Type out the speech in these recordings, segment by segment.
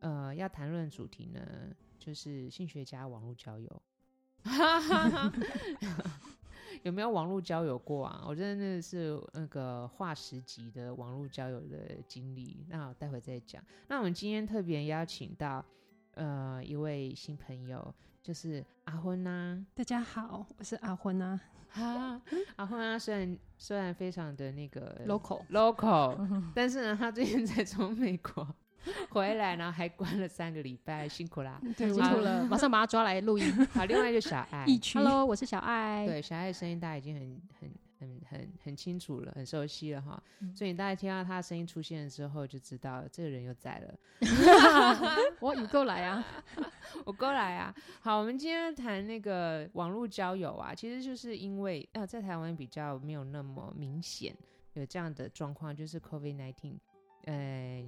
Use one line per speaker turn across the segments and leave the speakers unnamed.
呃，要谈论的主题呢，就是性学家网络交友。有没有网络交友过啊？我真的是那个化石级的网络交友的经历，那我待会再讲。那我们今天特别邀请到呃一位新朋友，就是阿啊昏呐、
大家好，我是阿昏啊
哈，阿昏啊，虽然虽然非常的那个
，local。
local，但是呢，他最近才从美国回来，然后还关了三个礼拜，辛苦啦。
对，辛
啊
苦了，马上把他抓来录音。，
好，另外就是小爱
疫区
Hello，我是小爱。
对，小爱的声音大家已经很很很很很清楚了，很熟悉了哈。
嗯
所以你大概听到他的声音出现之后，就知道这个人又在了。
我有够来啊！
我过来啊！好，我们今天谈那个网络交友啊，其实就是因为啊、呃在台湾比较没有那么明显有这样的状况，就是 COVID nineteen，呃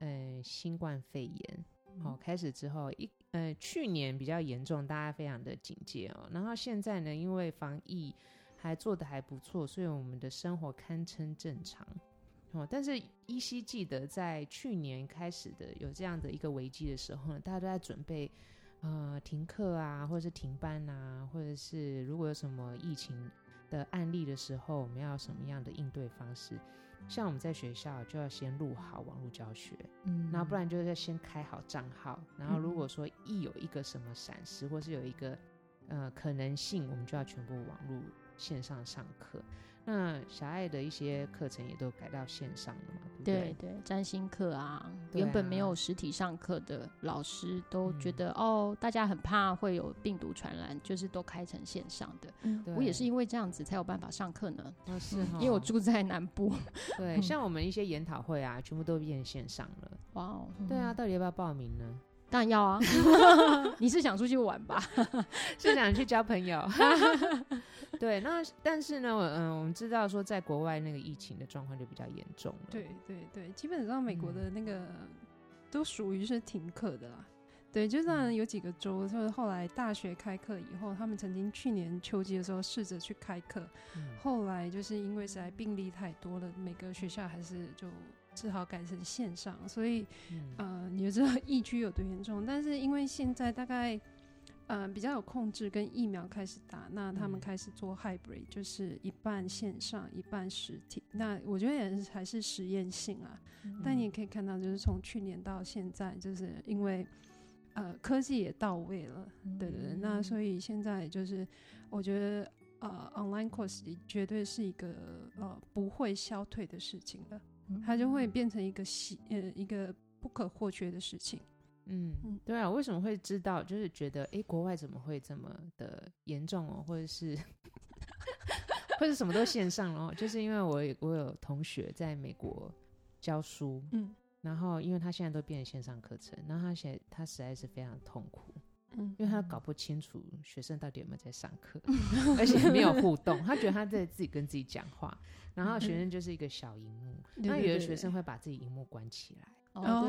呃，新冠肺炎好、
嗯
开始之后一呃去年比较严重，大家非常的警戒哦。然后现在呢，因为防疫还做得还不错，所以我们的生活堪称正常。哦，但是依稀记得在去年开始的有这样的一个危机的时候呢，大家都在准备，呃，停课啊，或者是停班啊，或者是如果有什么疫情的案例的时候，我们要有什么样的应对方式？像我们在学校就要先录好网络教学，
嗯
然后不然就是先开好账号，然后如果说一有一个什么闪失，或是有一个呃可能性，我们就要全部网络线上上课。那小爱的一些课程也都改到线上了嘛，对不
对
对？
对，占星课啊，
对啊
原本没有实体上课的老师都觉得
嗯
哦，大家很怕会有病毒传染，就是都开成线上的。
对
我也是因为这样子才有办法上课呢，
哦是哈，
因为我住嗯在南部。
对，像我们一些研讨会啊，全部都变线上了。
哇哦，
对啊，到底要不要报名呢？
当然要啊！你是想出去玩吧？
是想去交朋友。 对，那但是呢，我嗯，我们知道说在国外那个疫情的状况就比较严重了。
对对对，基本上美国的那个都属于是停课的啦。对，就当然有几个州，就是后来大学开课以后，他们曾经去年秋季的时候试着去开课，
嗯，
后来就是因为实在病例太多了，每个学校还是就只好改成线上，所以
啊
嗯
呃，你就知道疫区有多严重。 但是因为现在大概呃比较有控制，跟疫苗开始打，那他们
嗯
开始做 hybrid，、就是一半线上，一半实体。那我觉得也是还是实验性啊，但你
嗯
也可以看到，就是从去年到现在，就是因为。呃，科技也到位了，
嗯
对对对，那所以现在就是，我觉得呃，online course 也绝对是一个呃不会消退的事情了。
嗯
它就会变成一个习呃一个不可或缺的事情。
嗯
嗯，
对啊，为什么会知道？就是觉得，诶，国外怎么会这么的严重哦，或者是，或者什么都线上了哦，就是因为我有我有同学在美国教书，
嗯
然后因为他现在都变成线上课程，然后他现在他实在是非常痛苦，
嗯
因为他搞不清楚学生到底有没有在上课，而且没有互动，他觉得他在自己跟自己讲话，然后学生就是一个小荧 幕，那有的学生会把自己荧幕关起来。
哦，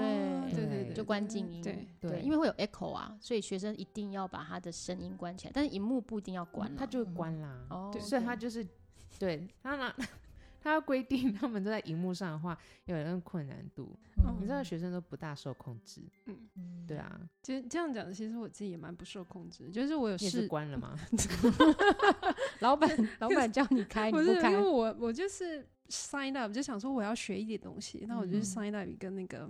对
对
对
对，
就关静音。
对，
对，因为会有 echo 啊，所以学生一定要把他的声音关起来，但是荧幕不一定要关啊
嗯他
嗯
就会关啦。
哦
对所以他就是对他拿他要规定他们都在荧幕上的话，有那种困难度。
嗯
你知道学生都不大受控制，
嗯，
对啊，
其实这样讲，其实我自己也蛮不受控制，就是我有
你也是
试，
关了 吗？
老板，老板叫你 开，
哎
你
我是
不
因
开
为，我我就是 sign up，就想说我要学一点东西，那我就
嗯
是 sign up 一个那个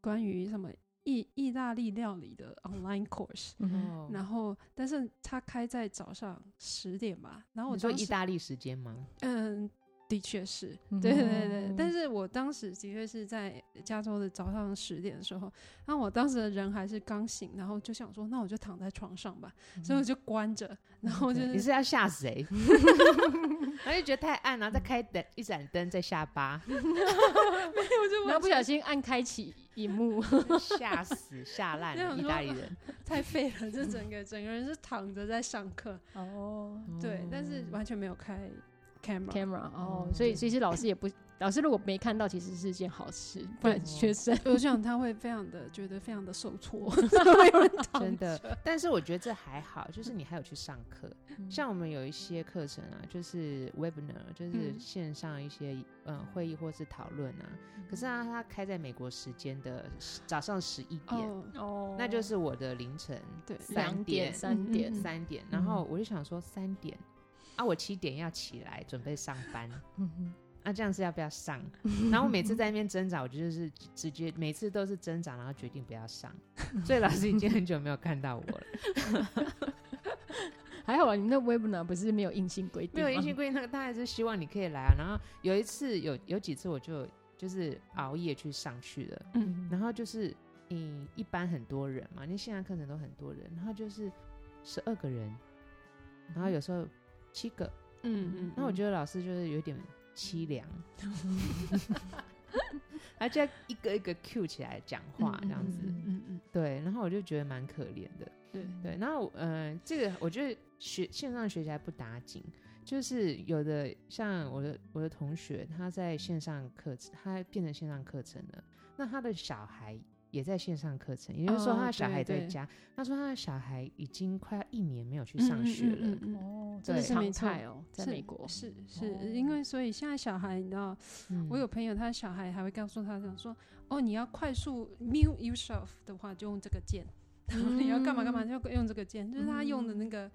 关于什么意意大利料理的 online course，
嗯
哦
然后但是它开在早上十点吧，然后我
你说
当
意
时
大利时间吗？
嗯，的确是，
嗯
对对对。但是我当时的确是在加州的早上十点的时候，那我当时的人还是刚醒，然后就想说，那我就躺在床上吧，所以我就关着，然后就
嗯对 你
是
是要吓谁？然后就觉得太暗，然后再开灯一盏灯在下 巴，
然后不小心按开启荧幕，
吓死吓烂
那
了
种
意
说
大利人。
太废了，这整个整个人是躺着在上课，
哦
对，但是完全没有开 camera，
，camera，哦，所以其实老师也不，老师如果没看到，其实是件好事，不
对
然学生
我想他会非常的觉得非常的 受挫，没有人躺
真的
着，
但是我觉得这还好，就是你还有去上课，
嗯
像我们有一些课程啊，就是 webinar，就是
嗯
线上一些嗯会议或是讨论啊。可是啊，它开在美国时间的十早上十一点，
哦，
哦
那就是我的凌晨
对
三
两点三点
嗯，
三点，然后我就想说三点啊，我七点要起来准备上班，
嗯
那、这样是要不要上？然后我每次在那边挣扎，我就是直接每次都是挣扎，然后决定不要上， 所以老师已经很久没有看到我了。
还好啊，你们那 webinar 不是没有硬性规定
没
吗，
有硬性规定，那个当然是希望你可以来啊。然后有一次有有几次我就就是熬夜去上去了，
嗯，
然后就是嗯一般很多人嘛，你现在课程都很多人，然后就是十二个人，然后有时候七个，
嗯嗯，
那我
得
觉得老师就是有点凄凉， 他就要一个一个 Q 起来讲话这样子，
嗯
嗯嗯
对，然后我就觉得蛮可怜的。
对
对，然后呃，这个我觉得学线上学习还不打紧，就是有的像我的我的同学，他在线上课程，他变成线上课程了，那他的小孩也在线上课程，也就是说
哦
他的小
对
孩在
对
家，他说他的小孩已经快要一年没有去上学了，
嗯嗯嗯嗯
哦，这是
对
常态哦，
是
在美国，
是是因为所以现在小孩，你知道，
哦嗯
我有朋友他小孩还会告诉他讲说，哦，你要快速 mute yourself 的话，就用这个键； 然后你要干嘛干
嗯
嘛，就用这个键。就是他用的那个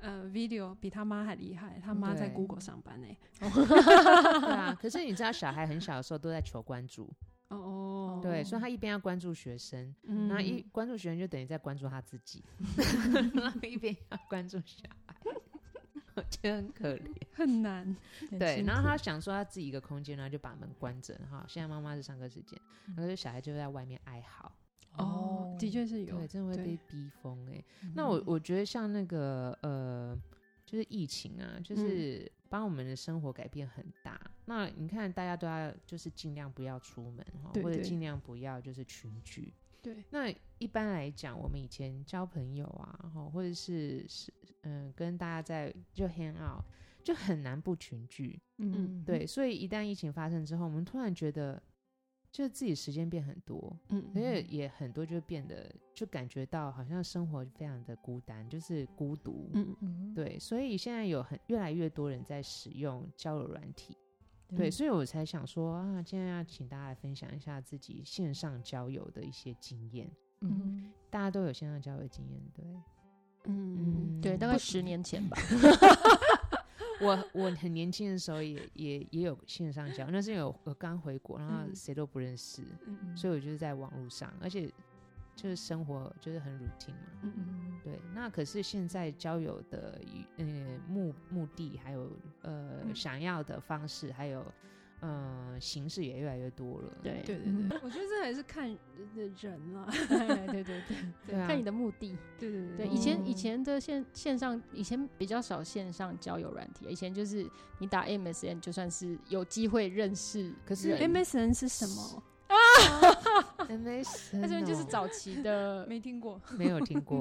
呃 video 比他妈还厉害，他妈在
对
Google 上班欸 呢。
对啊，可是你知道小孩很小的时候都在求关注，
哦哦，
对，所以他一边要关注学生，
嗯
那一关注学生就等于在关注他自 己，然后一边要关注小孩， 我觉得很可怜。
很难，
对，然后
他
他想说他自己一个空间，然后就把门关着，然后现在妈妈是上课时间，然后就小孩就在外面哀嚎，
嗯哦，的确是有
对，，真的会
对嗯
被逼疯哎、那我我觉得像那个呃，就是疫情啊，
嗯
就是把我们的生活改变很大。那你看，大家都要就是尽量不要出门哈，
对
或者
对
尽量不要就是群聚。
对，
那一般来讲，我们以前交朋友啊，哈，或者是是嗯，跟大家在就 hang out，就很难不群聚。
嗯
对，所以一旦疫情发生之后，我们突然觉得，就是自己时间变很多，
嗯
而且也很多就变得就感觉到好像生活非常的孤单，就是孤独。
嗯
对，所以现在有很越来越多人在使用交友软体。对，所以我才想说啊，今天要请大家来分享一下自己线上交友的一些经验。
嗯
大家都有线上交友的经验，对，
嗯嗯，
对，大概十年前吧，
我我很年轻的时候也也也有线上交友，那是因为我我刚回国，然后
嗯
谁都不认识，
嗯
所以我就是在网络上，而且就是生活就是很 routine 嘛。
嗯
对，那可是现在交友的呃目目的，还有呃、
嗯
想要的方式，还有呃形式也越来越多了。
对
对对
嗯
哎对，我觉得这还是看人了，
对对对对，
对 啊，
看你的目的。
对对
对，以前以前的线线上，以前比较少线上交友软体，以前就是你打 MSN 就算是有机会认识人，
可是
MSN 是什么？
MSN
那这边就是
哦
早期的
没听过，
没有听过，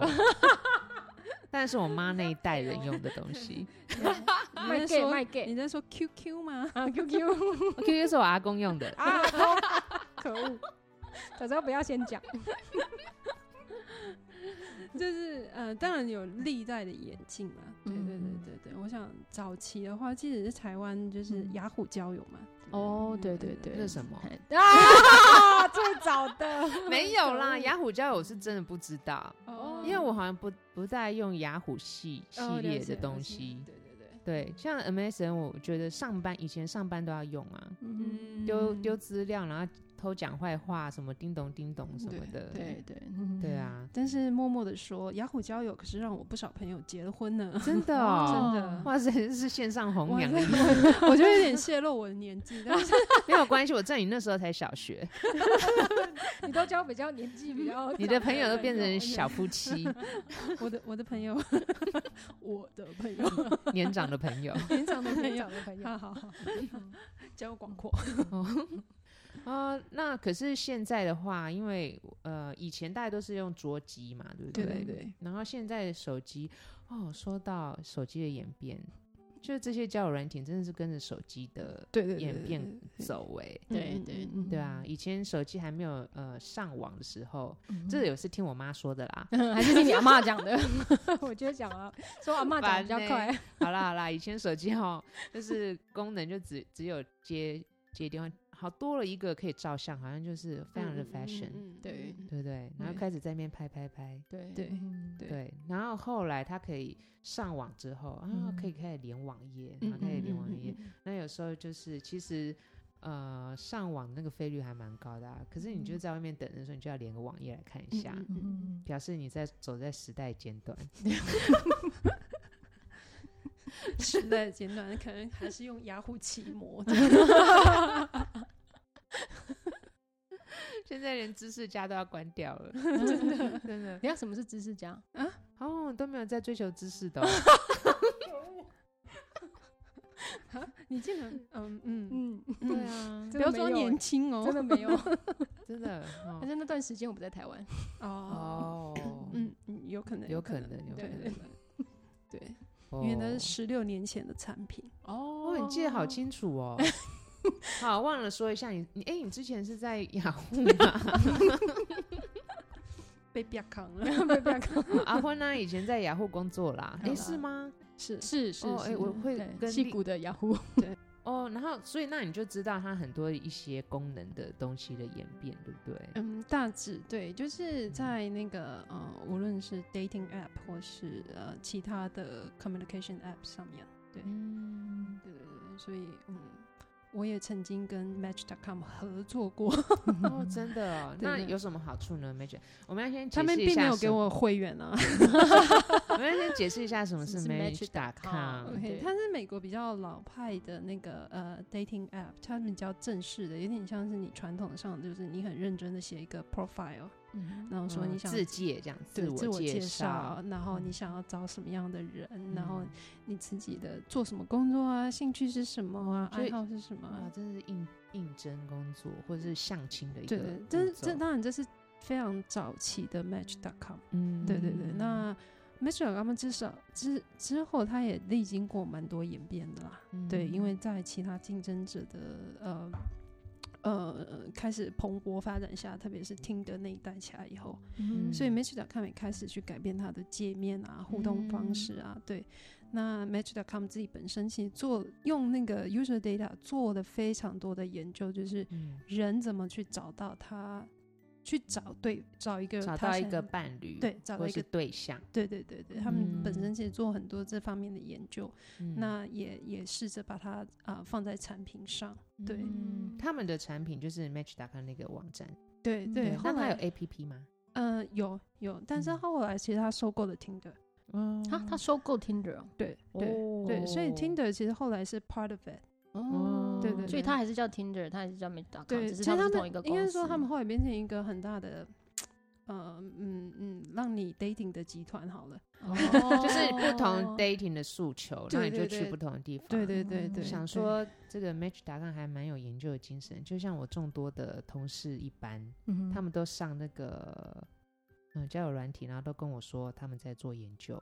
但是我妈那一代人用的东西。
卖 gay 卖 gay
你在说 QQ 吗？
啊 QQ，
QQ 是我阿公用的，
啊可恶，早知道不要先讲。
就是呃，当然有历代的演进啦。对对
嗯嗯
对对对，我想早期的话，即使是台湾，就是雅虎交友嘛。嗯
哦，对对对，
那是什么
么啊？最早的
没有啦。雅虎交友我是真的不知道，
哦
因为我好像不不再用雅虎系系
哦了
列的
解了
东
解
西。
对对对，
对，像 MSN，我觉得上班以前上班都要用啊，
嗯
丢丢资料，然后偷讲坏话，什么叮咚叮咚什么的，
对
对，
对啊，
但是默默的说，雅虎交友可是让我不少朋友结了婚呢。
真 的
真
哦，
的，
哇塞，是线上
我
红
还
娘
在
的意思，
我我觉得有点泄露我的年纪，但是
没有关系，我知道你那时候才小学，
你都交比较年纪比 较，
你的朋友都变成小夫 妻，
我的我的朋友，我的朋友，
年长的朋友。
年长的朋友的朋
好好好，交广阔，
啊、那可是现在的话，因为呃，以前大家都是用桌机嘛，对不
对
对
对对，
然后现在的手机，哦，说到手机的演变，就这些交友软体真的是跟着手机的
对对对
演
对
变
对对
走哎、
对
嗯
对
嗯嗯
对啊，以前手机还没有呃上网的时候，
嗯。
这也是听我妈说的 啦
还是听你阿妈讲的， 我觉得讲啊，说阿妈讲比较
烦
快，
好啦好啦，以前手机哦，就是功能就只只有接接电话，好多了一个可以照相，好像就是非常的 fashion，、
嗯嗯嗯嗯
对
对不对？然后
对
开始在那边拍拍拍，
对
对
嗯
对
对，然后后来他可以上网之后啊，可以开始连网页，然后开始连网页。那有时候就是其实呃上网那个费率还蛮高的、啊，可是你就在外面等的时候，你就要连个网页来看一下，
嗯嗯嗯
嗯
表示你在走在时代尖端。
时代的尖端，可能还是用雅虎奇摩。
现在连知识家都要关掉 了，真的
你看什么是知识家？
哦，都没有在追求知识 的哦、
你竟然，嗯嗯，
嗯，
对
啊，
不要装年
年，
轻哦，
真的没有。
真的
反
哦
正那段时间我不在台湾，
哦，
哦，
嗯，嗯有可能，
有
可
可能，有可
对
能，哦
对，
因
因为那是十六年前的产品。
哦，你记得好清楚 哦。好，忘了说一下你，你哎、你之前是在雅虎吗？
被逼扛了，
被不要搞
阿坤呢，以前在雅虎工作啦。哎、
好啦
是吗？
是
是是
哦，哎、
是
我会
对
跟
戏
另
骨的雅虎，
哦，然后所以那你就知道它很多一些功能的东西的演变，对不对？
嗯，大致对，就是在那个呃，无论是 dating app 或是呃其他的 communication app 上面，
嗯，
对对对，所以嗯，我也曾经跟 Match.com 合作过，
哦，真的 哦，
对
那
对
有什么好处呢？Magic，我们要先解
他们
释一
并没
下
有
什
给
么，
我会员啊。
我们要先解释一下什么
是
是
Match.com
Magic.com。
OK，
对
它是美国比较老派的那个呃 dating app，它比较正式的，有点像是你传统上就是你很认真的写一个 profile，然后说
嗯
你想
自介这样，
对
我
自我介
绍，，
然后你
嗯
想要找什么样的人，然后
嗯
你自己的做什么工作啊，兴趣是什么啊，
所以
爱好是什么、
啊
啊，？
真的是应应征工作或者是相亲的一个
对
步
对
骤，，
这这当然这是非常早期的 Match.com，、
嗯
对对对，那 Match.com 至少之之后，它也历经过蛮多演变的啦。对，因
嗯
为在其他竞争者的呃呃开始蓬勃发展下，特别是听的那一代起来以后，
嗯
所以 Match.com 也开始去改变它的界面啊、互动方式
嗯
啊。对，那 Match.com 自己本身其实做用那个 user data 做的非常多的研究，就是
嗯
人怎么去找到他，去找对找一个
找
他
到一
想
个伴侣，
对找到
或
一
是
个
对象，
对对对对，他们
嗯
本身其实做很多这方面的研究，
嗯
那也也试着把它啊、呃放在产品上。对、
嗯他们的产品就是 Match.com 那个网站，
对对，
嗯
后
那它
来
有 APP 吗？
嗯、呃有有，但是
嗯
后来其实他收购了 Tinder，
哦
啊，他收购 Tinder，哦
对对、对，所以
哦
Tinder 其实后来是 part of it。
哦，
对对
所以
对
他还是叫 Tinder，他还是叫 Match.com，
对，
只是
其实
他们
他
是同一个
们应
公司。
该说他们后来变成一个很大的，呃嗯嗯，让你 dating 的集团好了。
哦
就是不同 dating 的诉求，那
对
你就
对
去
对
不同的地方。
对对对对，
啊想
嗯对
说这个 Match.com 还蛮有研究的精神，就像我众多的同事一般，
嗯
他们都上那个嗯交友软体，然后都跟我说他们在做研究。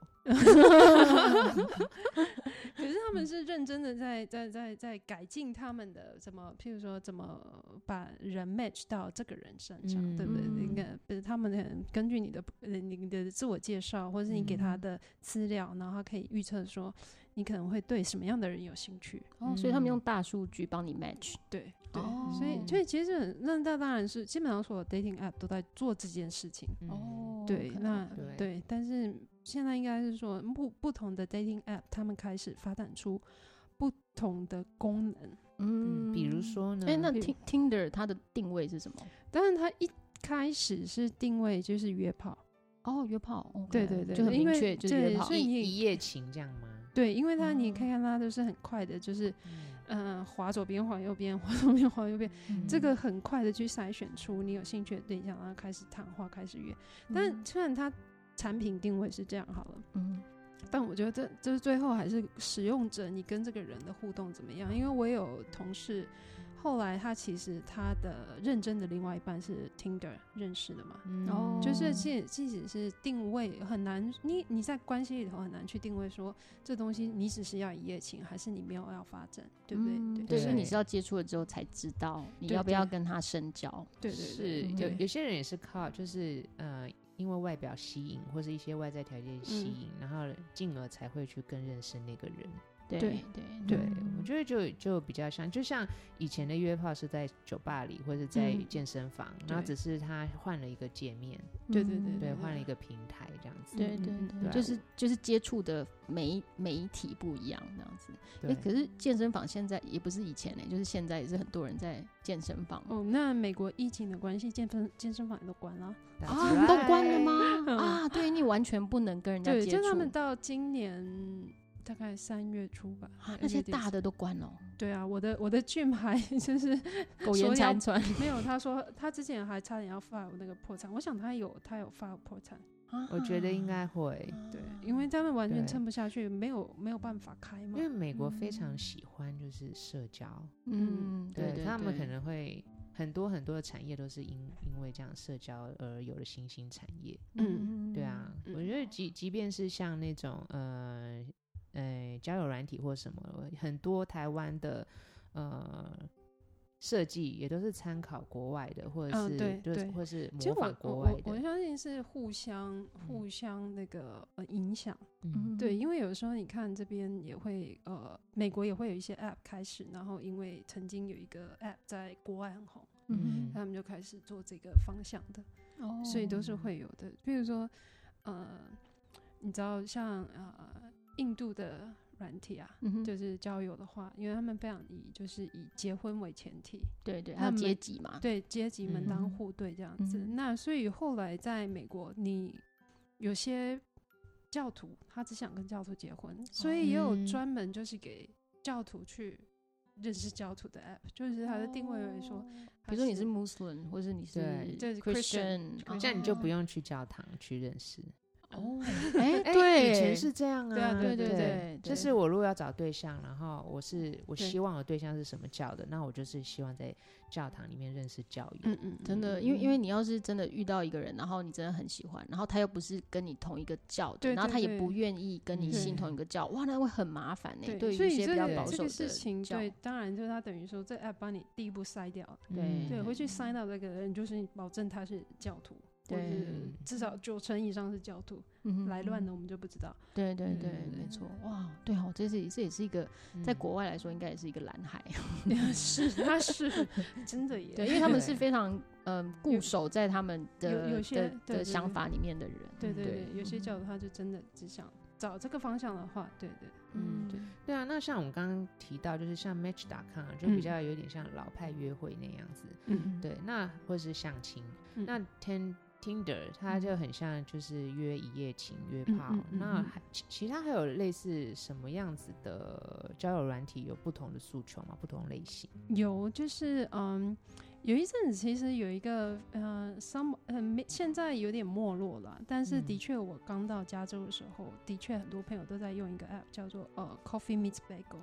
可是他们是认真的在在在在改进他们的怎么，譬如说怎么把人 match 到这个人身上，
嗯
对不对？
嗯
应该不是他们很根据你的呃你的自我介绍，或者是你给他的资料，然后他可以预测说你可能会对什么样的人有兴趣。
哦，所以他们用大数据帮你 match。
对对，
哦
嗯所以所以其实那那当然是基本上所有 dating app 都在做这件事情。
嗯，
哦对，那
对
对，但是现在应该是说不不同的 dating app，他们开始发展出不同的功能。
嗯，比如说呢？
哎、那 Tin- Tinder 它的定位是什么？
但是他一开始是定位就是约炮，
哦，约炮。OK
对对对
就很
因
明
为
确，就是约
对
炮
所。以
一
你
一夜情这样吗？
对，因为他你
哦
看看他都是很快的，就是
嗯
嗯，滑左边，滑右边， 滑左边，滑右边，
嗯
这个很快的去筛选出你有兴趣的对象，然后开始谈话，开始约。但虽然它产品定位是这样好了，
嗯
但我觉得这就是最后还是使用者你跟这个人的互动怎么样？因为我有同事，后来他其实他的认真的另外一半是 Tinder 认识的嘛，
嗯
然后
就是即即使是定位很难，你你在关系里头很难去定位说这东西你只是要一夜情，还是你没有要发展，对不对？
嗯
对
对，所以你
对
是要接触了之后才知道你
对
要不要
对
跟他深交。
对对
是
对
有嗯
对
有些人也是靠就是呃，因为外表吸引或是一些外在条件吸
嗯
引，然后进而才会去更认识那个人。
对
对
对嗯
对，我觉得就就比较像，就像以前的约炮是在酒吧里或者在
嗯
健身房，然后
对
只是他换了一个界面，
对对
嗯
对，换了一个平台这样子。
对
嗯
对
嗯
对，
对啊
就是就是接触的媒媒体不一样这样子。哎、
对，
可是健身房现在也不是以前嘞、就是现在也是很多人在健身房
哦，那美国疫情的关系，健身健身房也都关了。
That's
啊，都关了
right？
吗？啊，对你完全不能跟人家
哦对，
接
就
触，
他们到今年大概三月初吧，
啊那些大
的。
的都关 了，
对啊，我的我的 gym 还 就是
苟延
所以要
残喘
没有，他说他之前还差点要发我那个破产，我想他有他有发破产，
啊
我觉得应该会，
对，因为他们完全
啊对
撑不下去，没有没有办法开嘛
因，为美国非常喜欢就是社交，
嗯，对对，
他们可
对
能会很多很多的产业都是因因为这样社交而有了新兴产业。
嗯，
对啊，我觉得即即便是像那种呃呃交友软体或什么，很多台湾的呃设计也都是参考国外的，或者
嗯
是、
对
就是
对
或是
其实
模仿
我
国
我
外
我我
的。
相信是互相互相那个、呃、影响，
嗯，
对，因为有时候你看这边也会呃，美国也会有一些 app 开始，然后因为曾经有一个 app 在国外很红，
嗯
他们就开始做这个方向的。
哦
所以都是会有的。比如说，呃，你知道像呃印度的软体啊，
嗯哼
就是交友的话，因为他们非常以就是以结婚为前提，
对对，
他
还有
们
阶级嘛，
对阶级门
嗯
当户对这样子。
嗯
那所以后来在美国，你有些教徒他只想跟教徒结婚，所以也
哦
有
嗯
专门就是给教徒去。认识教徒的 app，就是它的定位为说，
哦比如说你是 Muslim 或者你是
对
对
Christian，哦
Christian，
这样 你就不
用
用去教堂去认识。
哦，哎，
哎
对，
以前是这样啊，
对啊
对
对
对对，
就
对
是我如果要找对象，然后我是我
对
希望我对象是什么教的，那我就是希望在教堂里面认识教友。
嗯嗯，
真的，
嗯
因为因为
嗯
你要是真的遇到一个人，然后你真的很喜欢，然后他又不是跟你同一个教的，
对
然后
对
他也
对
不愿意跟你
嗯
信
对
同一个教，哇，那会很麻烦呢、
对，
嗯对
所
于一
以
些
这
比较
个
保
这
守
个
的
事情，
教，
对，当然就是他等于说这 app 帮你第一步筛掉了，
嗯
对，
对
回去筛到这个人，就是你保证他是教徒，或
对
是
嗯
至少九成以上是教徒，
嗯
来乱的，我们就不知道。
对对对，
嗯
没错，哇，对哦，这是这也是一个在
嗯
国外来说应该也是一个蓝海，
是， 他是真的耶。
嗯 对，因为他们是
对
非常嗯固
有
守在他们的
有有些
的
对
的
对
想
对
法里面的人，
对对
对
对，有些
嗯
教徒他就真的只想找这个方向的话，对对，
嗯
对，
对啊，那像我们刚刚提到，就是像 Match.com 啊，就
嗯
比较有点像老派约会那样子。
嗯，
对，那或是相亲，
嗯
那 Ten Tinder 它就很像就是约一夜情、约
嗯
炮。
嗯嗯
那
嗯
还其其他还有类似什么样子的交友软体有不同的诉求吗？不同类型？
有就是嗯。有一阵子，其实有一个呃，some 呃，没现在有点没落了，但是的
嗯
确，我刚到加州的时候，的确很多朋友都在用一个 app 叫做呃，Coffee Meets Bagel，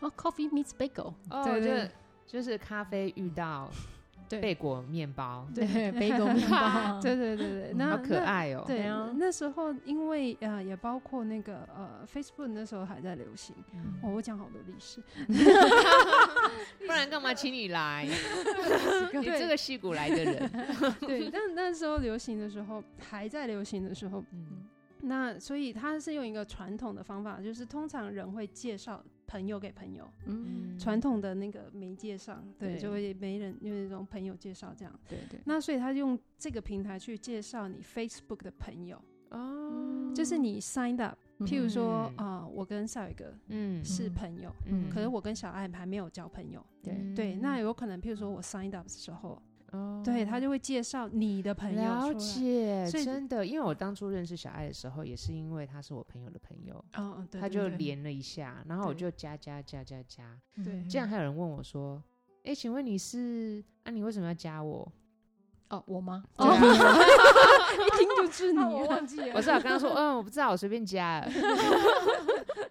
哦，coffee meets bagel，
哦，
对
就
对
就是咖啡遇到
对
贝果面包，
对，bagel 面包，
啊对对对对，那
好可
那
爱哦。
对
啊
那时候因为呃，也包括那个呃，Facebook 那时候还在流行。
嗯
哦，我讲好多历史，
不然干嘛请你 来？你
对
这个戏骨来的人，
对，但那时候流行的时候，还在流行的时候，
嗯
那所以他是用一个传统的方法，就是通常人会介绍朋友给朋友，
嗯，
传统的那个媒介上，对，
对
就会没人用那种朋友介绍这样。
对对，
那所以他用这个平台去介绍你 Facebook 的朋友，
哦，
就是你 signed up，譬如说
嗯
啊、呃我跟邵宇哥
嗯
是
嗯
朋友，
嗯
可是我跟小爱还没有交朋友。
对，
对，那有可能譬如说我 signed up 的时候，
哦
对他就会介绍你的朋友
了
出来。
解，
所以
真的，因为我当初认识小爱的时候，也是因为他是我朋友的朋友，
嗯嗯，对，
他
对
就
对
连了一下，然后我
对嗯
就加加加加加，
嗯
对
竟然还有人问我说：“哎，请问你是？啊，你为什么要加我
哦，我吗？？”
对
哦，
啊
一听就是你，
我忘
记
我是我刚刚说，嗯，我不知道，我随便加了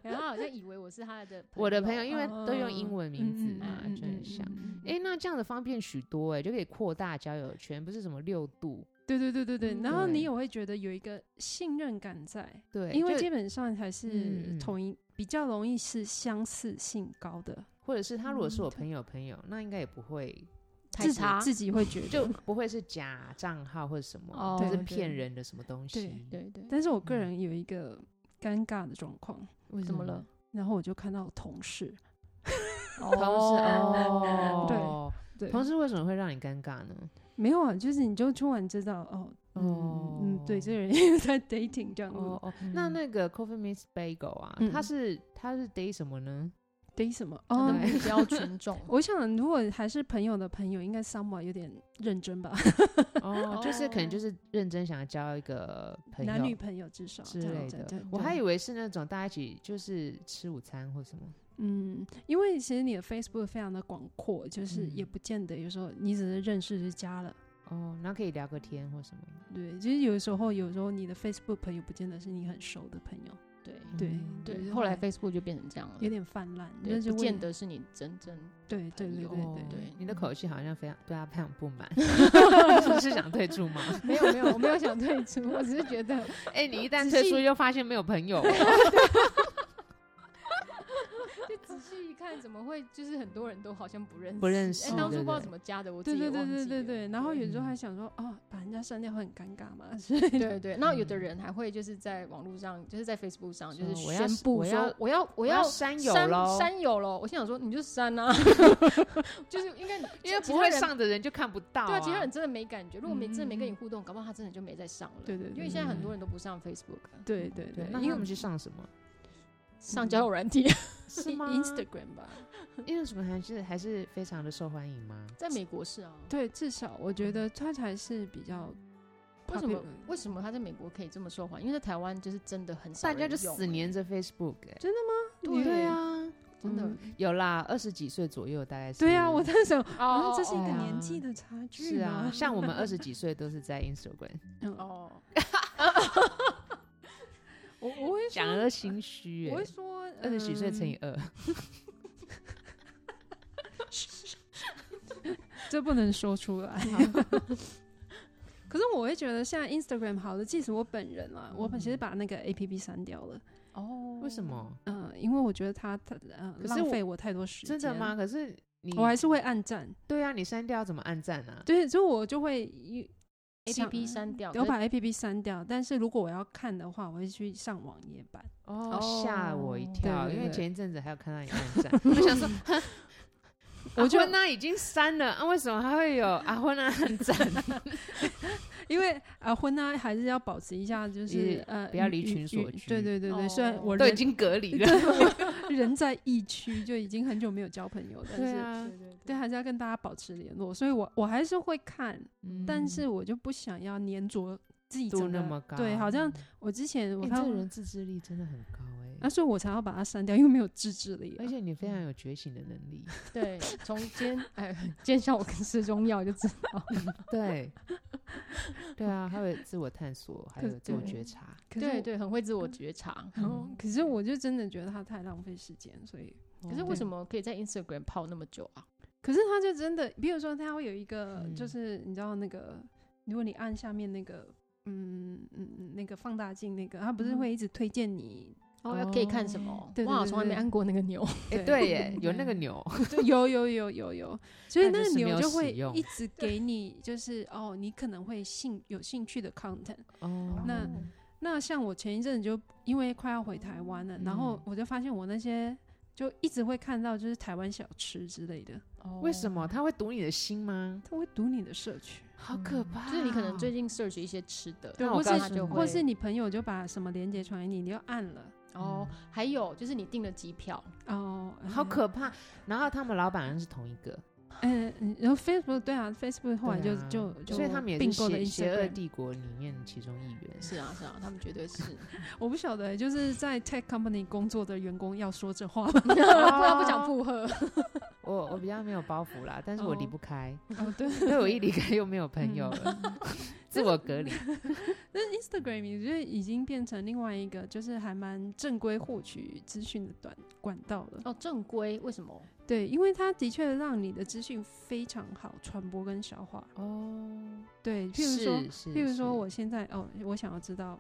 然后好像以为我是他的
我的朋友，因为
哦
都用英文名字嘛，
嗯嗯
就很像。
嗯
哎，那这样子方便许多哎，就可以扩大交友圈，不是什么六度，
对对对对对，
嗯
然后
对
你也会觉得有一个信任感在，
对，
因为
就
基本上还
嗯嗯
是同一，比较容易是相似性高的，
或者是他如果是我
对
朋友朋友，那应该也不会
自查
自己会觉得。
就不会是假账号或者什么，
哦
或是
对
骗
对
人的什么东西。
对对，
但是我个
嗯
人有一个尴尬的状况，
为
怎么了？？
然后我就看到我同事，
同事哦，
对，
同事为什么会让你尴尬呢？
没有啊，就是你就突然知道哦，
哦
嗯嗯，对，这个人也在 dating 这样子、
哦哦，那那个 Coffee Miss Bagel 啊，他
嗯
是他是 date 什么 呢？
d a t 什么？
他的
哦，
目标群 众
我想如果还是朋友的朋友，应该 somewhat 有点认真吧，
哦，就是可能就是认真想要交一个 朋
男女
友。
朋友至少
之
这样
类
子
的
对
我
对
还以为是那种大家一起就是吃午餐或什么，
嗯，因为其实你的 Facebook 非常的广阔，就是
嗯
也不见得有时候你只是认识就加了，
哦，然后可以聊个天或什么。
对，就是有时候有时候你的 Facebook 朋友不见得是你很熟的朋友，
对
对
嗯对，
对
后来
对
Facebook 就变成这样了，
有点泛滥，
对
但是
不
为
见
了
得是你真正
对对对对
朋友
对
对
你的口气好像非常对他啊非常不 满，是是想退出吗？
没有没有，我没有想退出，我只是觉 得
哎、你一旦
仔
退出
细
就发现没有朋 友了，
就仔细一看，怎么会就是很多人都好像不认识，
不认识
哎，当初不
对
知道
对
怎么加的，我自
对
己也
对对
忘
对
记
对
了嗯
对，然后有时候还想说，哦，把人家删掉会很尴尬嘛， 所以
对嗯对，那有的人还会就是在网络上，就是在 Facebook 上，就是
说我要
宣布
我要
说我要我
我
要
要删友
删
喽，
删友了。我心想说你就删啊， 就是应该
因为
其
不
他
会
人
上的人就看不到、啊。
对啊，其他人真的没感觉。如果没真的没跟你
嗯
互动，搞不好他真的就没再上了。
对对对嗯
因为现在很
对
多人都不上 Facebook，啊
对对
对
对，，
那
因
他
为
们去上什么？
上交友软体，啊
是吗
Instagram 吧，
因为什么还是还是非常的受欢迎吗？
在美国是啊。
对，至少我
嗯
觉得它才是比较
为什么
popular
为什么他在美国可以这么受欢迎？因为在台湾就是真的很少
大
人
家
用欸，
就死黏着 Facebook，、欸、
真的吗？你
对，啊，
真的
嗯
有啦，二十几岁左右大概是。
对啊，我在想，
哦
啊，这是一个
对啊
年纪的差距
是啊
吗，？
像我们二十几岁都是在 Instagram，
嗯
哦，
我我会
讲了都心虚、欸
我会。说
二十几岁乘以
嗯
二，
这不能说出来。 可是我会觉得，现在 Instagram 好的，即使我本人啊，我本
嗯
其实把那个 A P P 删掉了，
哦，
为什？么？
嗯、因为我觉得它它呃
可是
浪
我
费我太多时间。
真的吗？？可是你
我还是会暗赞，
对啊，你删掉要怎么按赞啊？
对，所以我就会一
A P
像
P 删掉，
我把 A P P 删掉。但是如果我要看的话，我会去上网页版。
哦，吓我一
哦
跳，
对对
因为
对
前一阵子还有看到你 暗赞，我想说，哼
我就
阿昏啊已经删了，啊，为什么还会有阿昏啊 暗赞？
因为啊，婚呢还是要保持一下，就
也
是呃，
不要
与
离群
与
所
与
居
对对对对，虽然
哦
我
都已
人
经隔离了，
对，我人在疫区就已经很久没有交朋友，但
对
是
啊，
对还是要跟大家保持联络，所以我我还是会看，但
嗯
是我就不想要粘着自己
度
整
那
个
么高，
对，好像我之前我
你
看
这
到
个人自制力真的很高
啊，
哎，
所以我才要把它删掉，因为没有自制力啊、
而且你非常有觉醒的能力，
对，从今天哎，今天下午吃中药就知道。
对，对啊，还有自我探索，还
可
有自我
对
觉察，
可是
对
我，
对，很会自我觉察。
哦可是我就真的觉得它太浪费时间，所以
可是
哦
为什么可以在 Instagram 泡那么久啊？
可是它就真的，比如说它会有一个，
嗯
就是你知道那个，如果你按下面那个。嗯嗯嗯，那个放大镜那个，它不是
嗯
会一直推荐你？
哦，要可以看什么？
对对
我好像
对
从来没
对
按过那个钮。
哎，对耶，有那个钮，
就有有有有有，所以
但
那
就
个
是没
牛
有
就
使
会
用
一直给你，就是哦，你可能会兴有兴趣的 content。
哦，
那那像我前一阵子就因为快要回台湾了，然后
嗯
我就发现我那些就一直会看到就是台湾小吃之类的，
哦为什么他会读你的心吗？
它会读你的社区，
好可
嗯
怕哦！
就是你可能最近 search 一些吃的，
对
然
我
后
或
告
它
诉
是
就
你
会，
或是你朋友就把什么链接传给你，你就按了，
哦，还有就是你订了机票，
哦，
好可怕。然后他们老板是同一个，
嗯，嗯然后 Facebook 对啊，Facebook 后来就
对啊
就就
所以他们也
并
是
购了
邪邪恶
Instagram。
帝国里面的其中一员。
是啊是啊，他们绝对是，
我不晓得，就是在 tech company 工作的员工要说这话吗？
不然不想附和，
我我比较没有包袱啦，但是我离
哦
不开，
哦，对，
因为我一离开又没有朋友了，
嗯
自我隔 离。
但是 Instagram 你觉得已经变成另外一个，就是还蛮正规获取资讯的短管道了。
哦，正规为什么？
对，因为它的确让你的资讯非常好传播跟消化。
哦，
对，譬如说，
是是，
譬如说，
是
我现在哦，我想要知道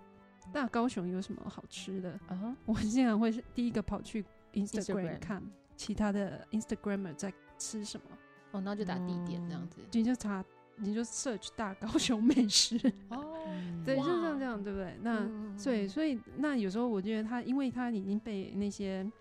那高雄有什么好吃的，
啊哈，
我竟然会是第一个跑去
Instagram
Instagram 看其他的 Instagramer 在吃什么，
哦，那就打地点这样子，
你就查，你就 search 大高雄美食，
哦，
嗯
对，就
哇
是像这样，对不对？那、
嗯
所以，所以那有时候我觉得他，因为他已经被那些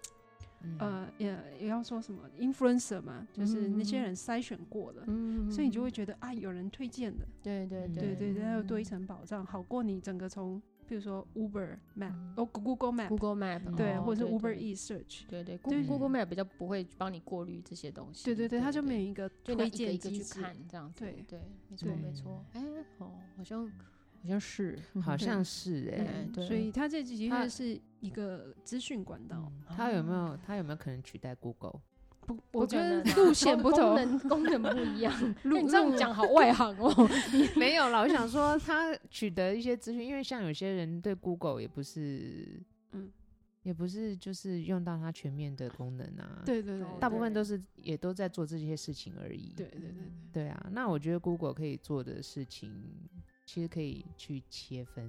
嗯
呃，也也要说什么 influencer 嘛，就是那些人筛选过了，
嗯
所以你就会觉得啊，有人推荐的，
对对
对对
对嗯
对，它又多一层保障，好过你整个从比如说 Uber Map
嗯
哦 Google Map
，Google Map，
对，
哦
或者是 Uber
对
E Search，
对对
对
，Google Google Map 比较不会帮你过滤这些东西，
对对对，它就没有一个
就你要一
推
个
荐
一个
机
去
制，
看这样子，
对
对，没错
对
没错，哎，哦，好像好像是，
好像是哎、
哎对
所以它这的
它
确是一个资讯管道，
嗯他有没有他有没有可能取代 Google？
不，
不
我觉
可
得
能啊
路线不
功
同
功，能功能不一样。
路
那你这样讲好外行哦。
没有啦，我想说他取得一些资讯，因为像有些人对 Google 也不是，
嗯，
也不是就是用到它全面的功能啊。，
对对
哦
对，
大部分都是也都在做这些事情而已。
对对对
嗯
对。
对啊，那我觉得 Google 可以做的事情，其实可以去切分。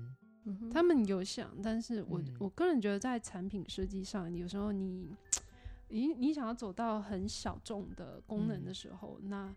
嗯哼
他们有想，但是我、
嗯
我个人觉得在产品设计上，有时候你你你想要走到很小众的功能的
嗯
时候，那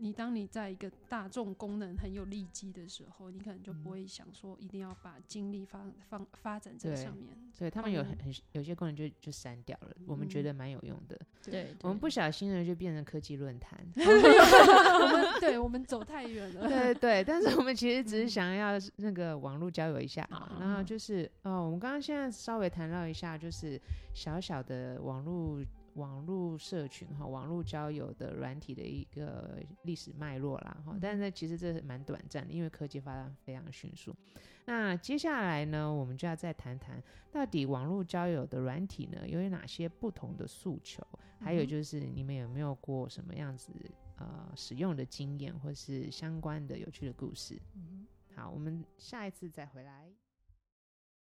你当你在一个大众功能很有利基的时候，你可能就
嗯
不会想说一定要把精力发放发展在
对
上面。
所以他们有
功
很
能
很有些功能就就删掉了，我们觉
嗯
得蛮有用的。
对，
我们不小心呢就变成科技论坛。
我们对我们走太远 了。
对对，但是我们其实只是想要那个网络交友一下嘛
好，
然后就是哦，我们刚刚现在稍微谈到一下，就是小小的网络网络社群哈，网络交友的软体的一个历史脉络啦哈，但是呢其实这是蛮短暂的，因为科技发展非常迅速。那接下来呢，我们就要再谈谈到底网络交友的软体呢，有哪些不同的诉求，还有就是你们有没有过什么样子呃使用的经验，或是相关的有趣的故事。好，我们下一次再回来。